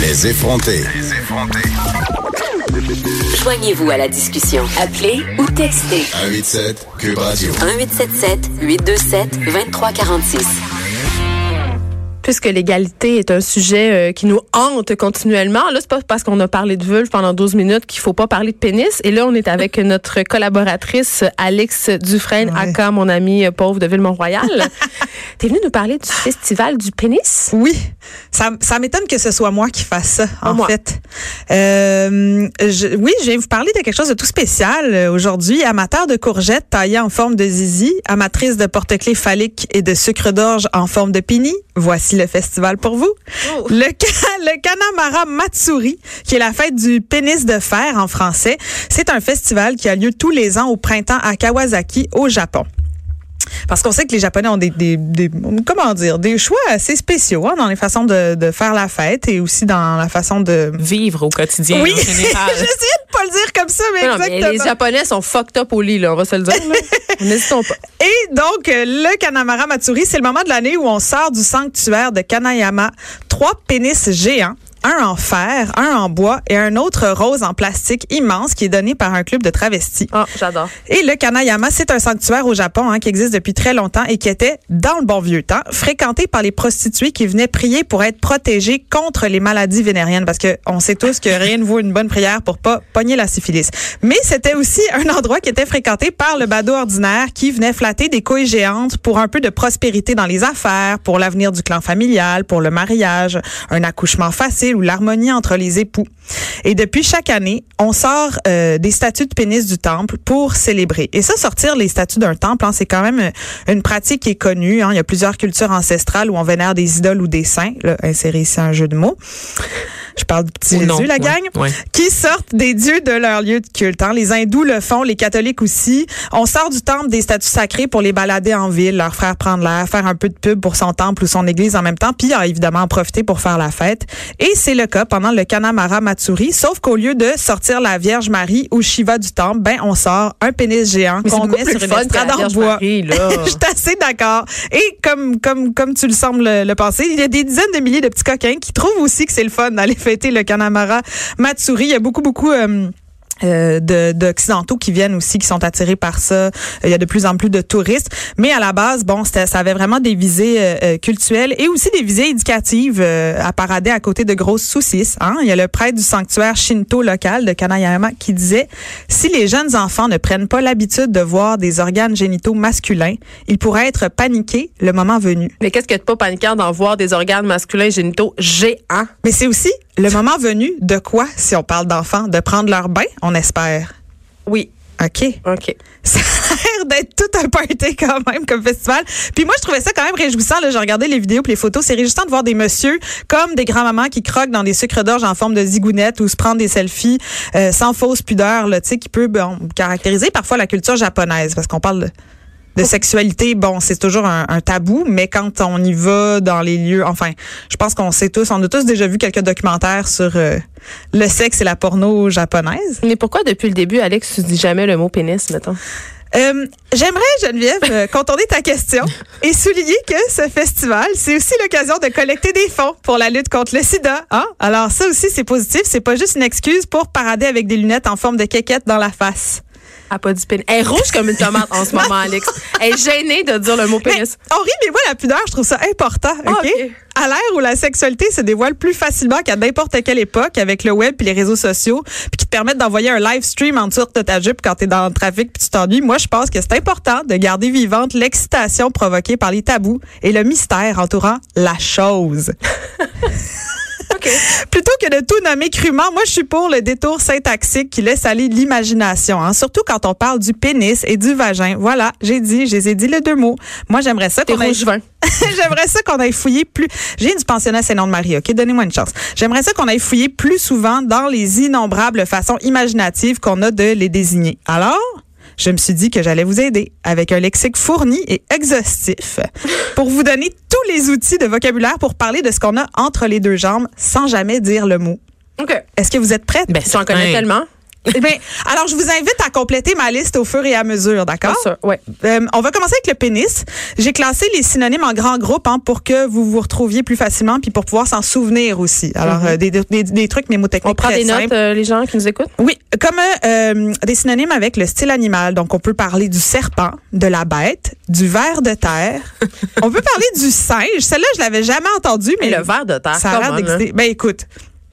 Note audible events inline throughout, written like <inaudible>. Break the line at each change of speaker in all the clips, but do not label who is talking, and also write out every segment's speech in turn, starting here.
Les effronter.
Joignez-vous à la discussion. Appelez ou textez
187 Cube Radio.
1877 827 2346.
Puisque l'égalité est un sujet euh, qui nous hante continuellement, là, c'est pas parce qu'on a parlé de vulve pendant 12 minutes qu'il faut pas parler de pénis. Et là, on est
<laughs>
avec notre collaboratrice euh, Alex Dufresne,
Ouais.
aka mon ami euh, pauvre de
<laughs>
Ville-Mont-Royal. T'es venue nous parler du festival du pénis?
Oui, ça, ça m'étonne que ce soit moi qui fasse ça,
Pas
en
moi.
fait. Euh, je- oui, je viens vous parler de quelque chose de tout spécial euh, aujourd'hui. Amateur de courgettes taillées en forme de zizi, amatrice de porte-clés phalliques et de sucre d'orge en forme de pini, voici le festival pour vous.
Oh.
Le, ca- le Kanamara Matsuri, qui est la fête du pénis de fer en français, c'est un festival qui a lieu tous les ans au printemps à Kawasaki, au Japon. Parce qu'on sait que les Japonais ont des, des- des- comment dire, des choix assez spéciaux hein, dans les façons de, de faire la fête et aussi dans la façon de...
vivre au quotidien
Oui, <laughs>
en général.
j'essayais de pas le dire comme ça, mais
Non, non, mais
exactement.
les Japonais sont fucked up au lit, là, on va se le dire.
<laughs>
là. N'hésitons pas.
Et donc, euh, le Kanamara Matsuri, c'est le moment de l'année où on sort du sanctuaire de Kanayama trois pénis géants. Un en fer, un en bois et un autre rose en plastique immense qui est donné par un club de travestis.
Ah, j'adore.
Et le Kanayama, c'est un sanctuaire au Japon hein, qui existe depuis très longtemps et qui était, dans le bon vieux temps, fréquenté par les prostituées qui venaient prier pour être protégées contre les maladies vénériennes. Parce que on sait tous que rien ne vaut une bonne prière pour pas pogner la syphilis. Mais c'était aussi un endroit qui était fréquenté par le badaud ordinaire qui venait flatter des couilles géantes pour un peu de prospérité dans les affaires, pour l'avenir du clan familial, pour le mariage, un accouchement facile ou l'harmonie entre les époux. Et depuis chaque année, on sort euh, des statues de pénis du temple pour célébrer. Et ça, sortir les statues d'un temple, hein, c'est quand même euh, une pratique qui est connue. hein. Il y a plusieurs cultures ancestrales où on vénère des idoles ou des saints. Là, insérer ici un jeu de mots. Je parle du petit
Ou non,
Jésus, la
ouais,
gang
ouais.
qui sortent des dieux de leur lieu de culte. hein. Les hindous le font, les catholiques aussi. On sort du temple des statues sacrées pour les balader en ville, leur faire prendre l'air, faire un peu de pub pour son temple ou son église en même temps, puis ah, évidemment en profiter pour faire la fête. Et c'est le cas pendant le Kanamara Matsuri, sauf qu'au lieu de sortir la Vierge Marie ou Shiva du temple, ben on sort un pénis géant
Mais c'est
qu'on
beaucoup
met
plus
sur une
fun
estrade
que la
en
Vierge
bois.
Marie,
<laughs>
là.
Je suis assez d'accord. Et comme, comme, comme tu le sembles le penser, il y a des dizaines de milliers de petits coquins qui trouvent aussi que c'est le fun d'aller fêter le Kanamara Matsuri. Il y a beaucoup, beaucoup... euh, euh, de- d'occidentaux qui viennent aussi qui sont attirés par ça Euh, il y a de plus en plus de touristes mais à la base bon c'était- ça avait vraiment des visées euh, euh, culturelles et aussi des visées éducatives euh, à parader à côté de grosses saucisses hein. il y a le prêtre du sanctuaire shinto local de Kanayama qui disait si les jeunes enfants ne prennent pas l'habitude de voir des organes génitaux masculins ils pourraient être paniqués le moment venu
Mais qu'est-ce que de pas paniquant d'en voir des organes masculins génitaux géants?
mais c'est aussi le moment venu de quoi si on parle d'enfants de prendre leur bain on espère
Oui.
OK
OK.
ça a l'air d'être tout un party quand même comme festival. Puis moi, je trouvais ça quand même réjouissant. Là, j'ai regardé les vidéos puis les photos. C'est réjouissant de voir des messieurs comme des grands-mamans qui croquent dans des sucres d'orge en forme de zigounette ou se prendre des selfies euh, sans fausse pudeur, là, tu sais, qui peut bon, caractériser parfois la culture japonaise parce qu'on parle de, de sexualité. Bon, c'est toujours un, un tabou, mais quand on y va dans les lieux, enfin, je pense qu'on sait tous, on a tous déjà vu quelques documentaires sur euh, le sexe et la porno japonaise.
Mais pourquoi depuis le début, Alex, tu dis jamais le mot pénis, mettons?
Euh, J'aimerais, Geneviève, euh, contourner ta question et souligner que ce festival, c'est aussi l'occasion de collecter des fonds pour la lutte contre le sida. hein? Alors ça aussi, c'est positif. C'est pas juste une excuse pour parader avec des lunettes en forme de quéquette dans la face.
Elle a pas dit pénis. Elle est rouge comme une tomate en ce moment, Alex. Elle est gênée de dire le mot
Mais,
pénis.
on rit, mais moi, la pudeur, je trouve ça important.
Ah,
OK?
ok.
À l'ère où la sexualité se dévoile plus facilement qu'à n'importe quelle époque avec le web puis les réseaux sociaux, puis qui te permettent d'envoyer un live stream en dessous de ta jupe quand t'es dans le trafic puis tu t'ennuies, moi, je pense que c'est important de garder vivante l'excitation provoquée par les tabous et le mystère entourant la chose. <laughs> Plutôt que de tout nommer crûment, moi, je suis pour le détour syntaxique qui laisse aller l'imagination, hein, surtout quand on parle du pénis et du vagin. Voilà, j'ai dit, je les ai dit les deux mots. Moi, j'aimerais ça
T'es
qu'on aille-
rouge vin.
<laughs> J'aimerais ça qu'on aille fouiller plus. J'ai une pensionnat Saint-Nom de Marie, OK? Donnez-moi une chance. J'aimerais ça qu'on aille fouiller plus souvent dans les innombrables façons imaginatives qu'on a de les désigner. Alors, je me suis dit que j'allais vous aider avec un lexique fourni et exhaustif pour vous donner tous les outils de vocabulaire pour parler de ce qu'on a entre les deux jambes sans jamais dire le mot.
OK.
Est-ce que vous êtes prête?
Ben,
J'en connais
certain.
tellement.
Eh bien, alors, je vous invite à compléter ma liste au fur et à mesure, d'accord?
Bien sûr, ouais.
Euh, on va commencer avec le pénis. J'ai classé les synonymes en grands groupes hein, pour que vous vous retrouviez plus facilement puis pour pouvoir s'en souvenir aussi. Alors, euh, des, des, des trucs mnémotechniques
Mhm. On prend
très
des notes,
simples.
euh, les gens qui nous écoutent?
Oui, comme euh, euh, des synonymes avec le style animal. Donc, on peut parler du serpent, de la bête, du ver de terre. on peut parler du singe. Celle-là, je l'avais jamais entendue, mais
Mais le ver hein, de terre,
ça a l'air
come on,
d'exister. Ben écoute,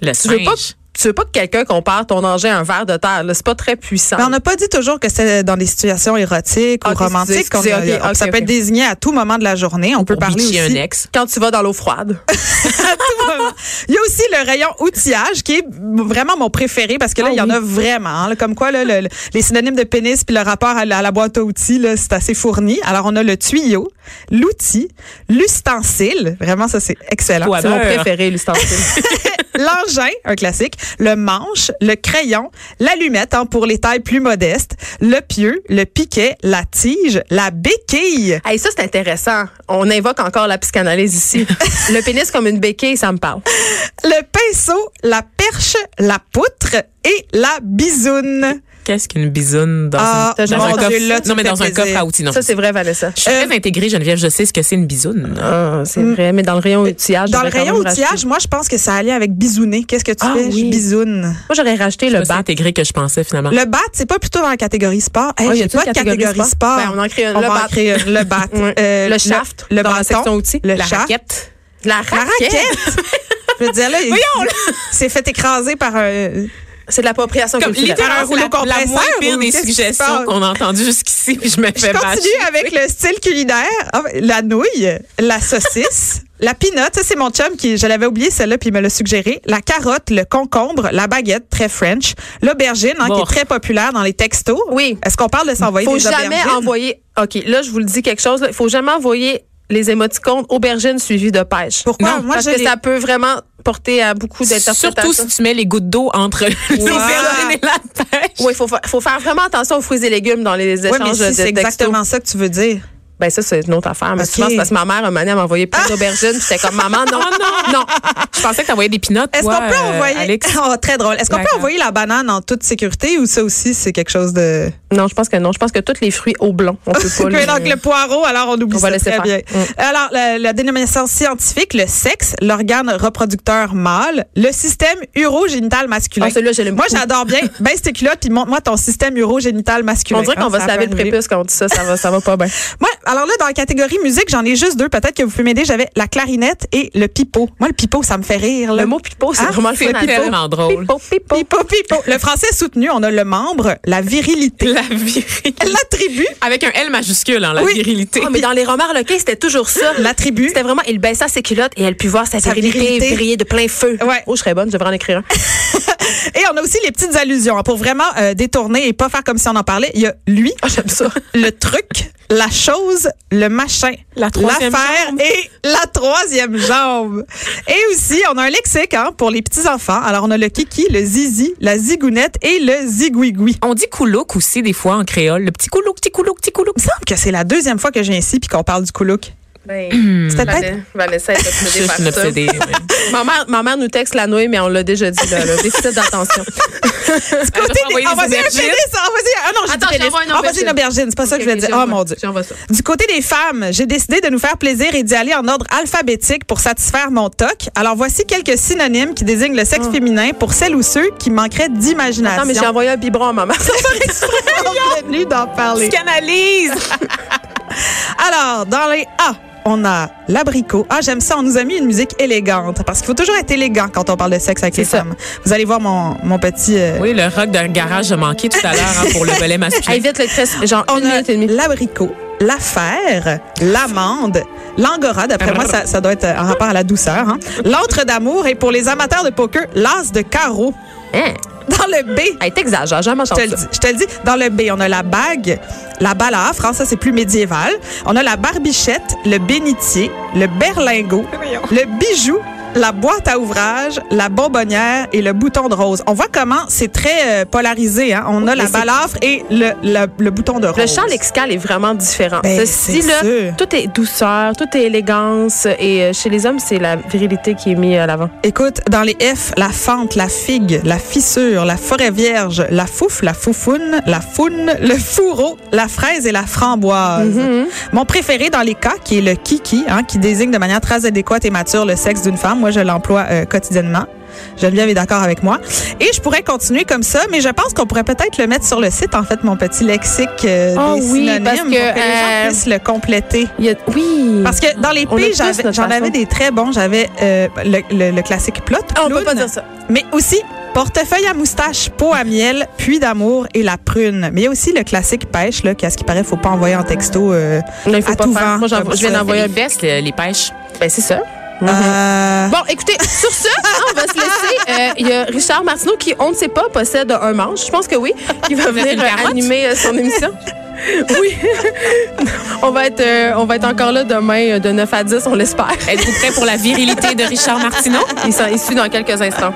Le
Tu veux pas,
singe.
tu veux pas que quelqu'un compare ton engin à un verre de terre. là. C'est pas très puissant.
mais on n'a pas dit toujours que c'était dans des situations érotiques
Ah,
ou
excusez,
romantiques. qu'on
excusez,
a-
ok,
on- ça
ok,
peut
ok.
être désigné à tout moment de la journée. On peut
Pour
parler aussi.
bitcher un ex.
Quand tu vas dans l'eau froide.
<laughs> Il y a aussi le rayon outillage qui est vraiment mon préféré parce que là,
Ah
il y en
oui.
a vraiment. hein. Comme quoi, là, le- le- les synonymes de pénis puis le rapport à la, à la boîte à outils, là, c'est assez fourni. Alors, on a le tuyau, l'outil, l'ustensile. Vraiment, ça, c'est excellent.
Toi,
c'est mon
beurre.
préféré, l'ustensile.
<laughs> L'engin, un classique, le manche, le crayon, l'allumette hein, pour les tailles plus modestes, le pieu, le piquet, la tige, la béquille.
hey, ça, c'est intéressant. On invoque encore la psychanalyse
<laughs>
ici. le pénis comme une béquille, ça me parle.
Le pinceau, la perche, la poutre et la bisoune.
Qu'est-ce qu'une bisoune dans
Ah,
un,
T'as
dans
jamais
un
entendu
coffre?
là, tu
non,
me
mais
fais
dans un
plaisir.
coffre à outils. Non,
Ça, c'est vrai, Vanessa.
je suis
Euh,
très intégrée, Geneviève. Je sais ce que c'est une bisoune.
Ah, c'est vrai, mais dans le rayon outillage.
Mm. Euh, Dans le
j'aurais Ah, quand
rayon
même racheté-
outillage, moi, je pense que ça allait avec bisouner. Qu'est-ce que tu
Ah
fais?
oui.
Je bisoune.
Moi, j'aurais racheté le
C'est
bat.
intégré que je pensais finalement.
Le bat, c'est pas plutôt dans la catégorie sport. Hey,
Ah, y
j'ai
a-t-il
pas de
une catégorie
catégorie sport.
sport? Ben, on en crée une.
On
Le
va en
bat.
créer une.
<laughs>
Le bat.
Oui.
Euh,
le shaft.
Le,
dans
bâton.
la section outils.
Le
la
shaft.
raquette.
La
La
raquette. <laughs>
raquette. je veux dire, là, il s'est fait écraser par un...
C'est de l'appropriation
Comme
culturelle.
littéralement,
un rouleau
la- La
compresseur,
moins pire
ou
des
qu'est-ce qui se
suggestions
passe?
qu'on a entendues jusqu'ici, puis je me
Je
fais bâcher.
continue avec le style culinaire. Ah, ben, La nouille, la <laughs> saucisse, la pinotte. Ça, c'est mon chum qui, je l'avais oublié celle-là, puis il me l'a suggéré. La carotte, le concombre, la baguette, très French. L'aubergine, hein, qui
Bon.
est très populaire dans les textos.
Oui.
Est-ce qu'on parle de s'envoyer
faut
des
jamais
aubergines?
envoyer. OK, là, je vous le dis quelque chose. Il faut jamais envoyer les émoticônes aubergines suivies de pêche.
Pourquoi?
Non,
Moi,
parce
je
que
les-
ça peut vraiment porter à beaucoup d'interprétations.
Surtout si tu mets les gouttes d'eau entre les <laughs> aubergines et la pêche.
Oui, il faut, fa- faut faire vraiment attention aux fruits et légumes dans les
Oui,
échanges
mais si
de
c'est
textos.
exactement ça que tu veux dire.
Ben ça, c'est une autre affaire. Mais
Ok. Ah!
souvent, c'est parce que ma mère, un moment, elle m'a envoyé plein d'aubergines. puis J'étais comme, maman,
<laughs>
non,
Oh,
non, non.
Je pensais que t'envoyais des pinottes. euh,
Est-ce qu'on peut
euh,
envoyer... <laughs>
Alex,
Oh, très drôle. Est-ce qu'on peut
D'accord.
envoyer la banane en toute sécurité ou ça aussi, c'est quelque chose de...
Non, je pense que non. Je pense que tous les fruits au blond, <laughs> on peut pas
Mais
les-
donc, le poireau, alors on oublie
On va
ça
laisser
très
faire.
bien.
Mm.
Alors, la, la dénomination scientifique, le sexe, l'organe reproducteur mâle, le système urogénital masculin.
Ah, celui-là, je l'aime
Moi,
beaucoup. <laughs>
j'adore bien. Baisse tes culottes puis montre-moi ton système urogénital masculin.
On dirait
Hein,
qu'on va
ça
se laver le
peut arriver.
prépuce quand on dit ça. Ça va, ça va pas bien.
Moi, alors là, dans la catégorie musique, j'en ai juste deux. Peut-être que vous pouvez m'aider. J'avais la clarinette et le pipeau. Moi, le pipeau, ça me fait rire.
<laughs>
là.
Le mot pipeau, c'est
Ah,
vraiment le
c'est
fun à dire.
tellement drôle.
Pipeau, pipeau.
pipeau, pipeau. Le français soutenu, on a le membre, la virilité,
la virilité.
<laughs> l'attribut,
Avec un L majuscule, hein, la
Oui.
virilité.
Ah, mais dans les romans lequin, c'était toujours ça.
l'attribut.
C'était vraiment, il baissa ses culottes et elle put voir sa
Sa
virilité
virilité.
briller de plein feu.
Ouais.
Oh, je serais bonne, je devrais en écrire un.
Et on a aussi les petites allusions hein, pour vraiment euh, détourner et pas faire comme si on en parlait. Il y a lui,
Ah, j'aime <laughs> ça.
le truc, la chose, le machin,
La troisième
l'affaire et la troisième jambe. Et aussi, on a un lexique hein, pour les petits enfants. Alors, on a le kiki, le zizi, la zigounette et le zigouigoui.
On dit coulouk aussi des fois en créole. Le petit coulouk, petit coulouk, petit coulouk.
Il me semble que c'est la deuxième fois que je viens ici puis qu'on parle du coulouk.
Ben,
C'était peut-être...
Hmm. Vanessa est
Je suis une obsédée. ouais.
<laughs> Ma mère, ma mère nous texte la nouille, mais on l'a déjà dit, là, le déficit <laughs> d'attention.
Côté
Elle va
des... Envoyez
envoyer des
un
aubergines.
pénis! Envoyez... Ah non, j'ai dit
Attends,
pénis.
j'envoie une
Envoyez une
aubergine.
aubergine. C'est pas ça que je voulais dire. Oh mon Dieu.
J'envoie ça.
Du côté des femmes, j'ai décidé de nous faire plaisir et d'y aller en ordre alphabétique pour satisfaire mon toc. Alors voici quelques synonymes qui désignent le sexe féminin pour celles ou ceux qui manqueraient d'imagination.
Oh. Attends, mais j'ai envoyé un biberon à ma mère.
<laughs> Bienvenue d'en parler.
Psychanalyse.
<laughs>
Alors, dans les A, on a l'abricot. Ah, j'aime ça, on nous a mis une musique élégante parce qu'il faut toujours être élégant quand on parle de sexe avec les
ça.
femmes. Vous allez voir mon, mon petit... euh,
Oui, le rock d'un garage a manqué tout à l'heure hein, pour le volet masculin.
Hey, vite, le test, genre
On
une
a
minute et demie.
l'abricot, l'affaire, l'amande, l'angora, d'après moi, ça, ça doit être euh, en rapport à la douceur. Hein. L'antre d'amour et pour les amateurs de poker, l'as de carreau.
Hein?
Dans le B,
Hey, t'exagères, jamais
je te, le
entendu
dis,
ça.
je te le dis, dans le B, on a la bague, la balafre, hein, ça c'est plus médiéval. On a la barbichette, le bénitier, le berlingot, le bijou, la boîte à ouvrage, la bonbonnière et le bouton de rose. On voit comment c'est très euh, polarisé. Hein? On a la
c'est-
balafre et le, le, le bouton de rose.
Le champ lexical est vraiment différent.
Ben,
Ceci,
c'est
là,
sûr.
tout est douceur, tout est élégance. Et euh, chez les hommes, c'est la virilité qui est mise à l'avant.
Écoute, dans les F, la fente, la figue, la fissure, la forêt vierge, la fouf, la foufoune, la foune, le fourreau, la fraise et la framboise.
Mhm.
Mon préféré dans les cas, qui est le kiki, hein, qui désigne de manière très adéquate et mature le sexe d'une femme. Moi, je l'emploie euh, quotidiennement. Geneviève est d'accord avec moi. Et je pourrais continuer comme ça, mais je pense qu'on pourrait peut-être le mettre sur le site, en fait, mon petit lexique euh,
Ah
des
oui,
synonymes,
parce que,
pour que les gens
euh,
puissent le compléter.
Il y a- Oui.
Parce que dans les
On a
P,
tous
j'avais-
notre
j'en
façon.
avais des très bons. J'avais euh, le, le- le classique plot,
Ah, on peut pas
clown,
dire ça.
mais aussi portefeuille à moustache, peau à miel, puits d'amour et la prune. Mais il y a aussi le classique pêche, là, qu'à ce qui paraît, faut pas envoyer en texto. euh,
Non, il faut
à
pas
tout
faire.
vent,
Moi, j'en-
comme
je viens
ça.
d'envoyer un bec.
baisse les, les pêches.
Ben, c'est ça.
euh,
Bon, écoutez, sur
<laughs>
ce, on va se laisser. Euh, Il y a Richard Martineau qui, on ne sait pas, possède un manche. Je pense que oui. Il va venir
une
euh,
carotte?
animer euh, son
<laughs>
émission. Oui. <laughs> on, va être, euh, on va être encore là demain euh, de 9 à 10, on l'espère.
Êtes-vous prêt pour la virilité de Richard Martineau?
Il s'en il suit dans quelques instants.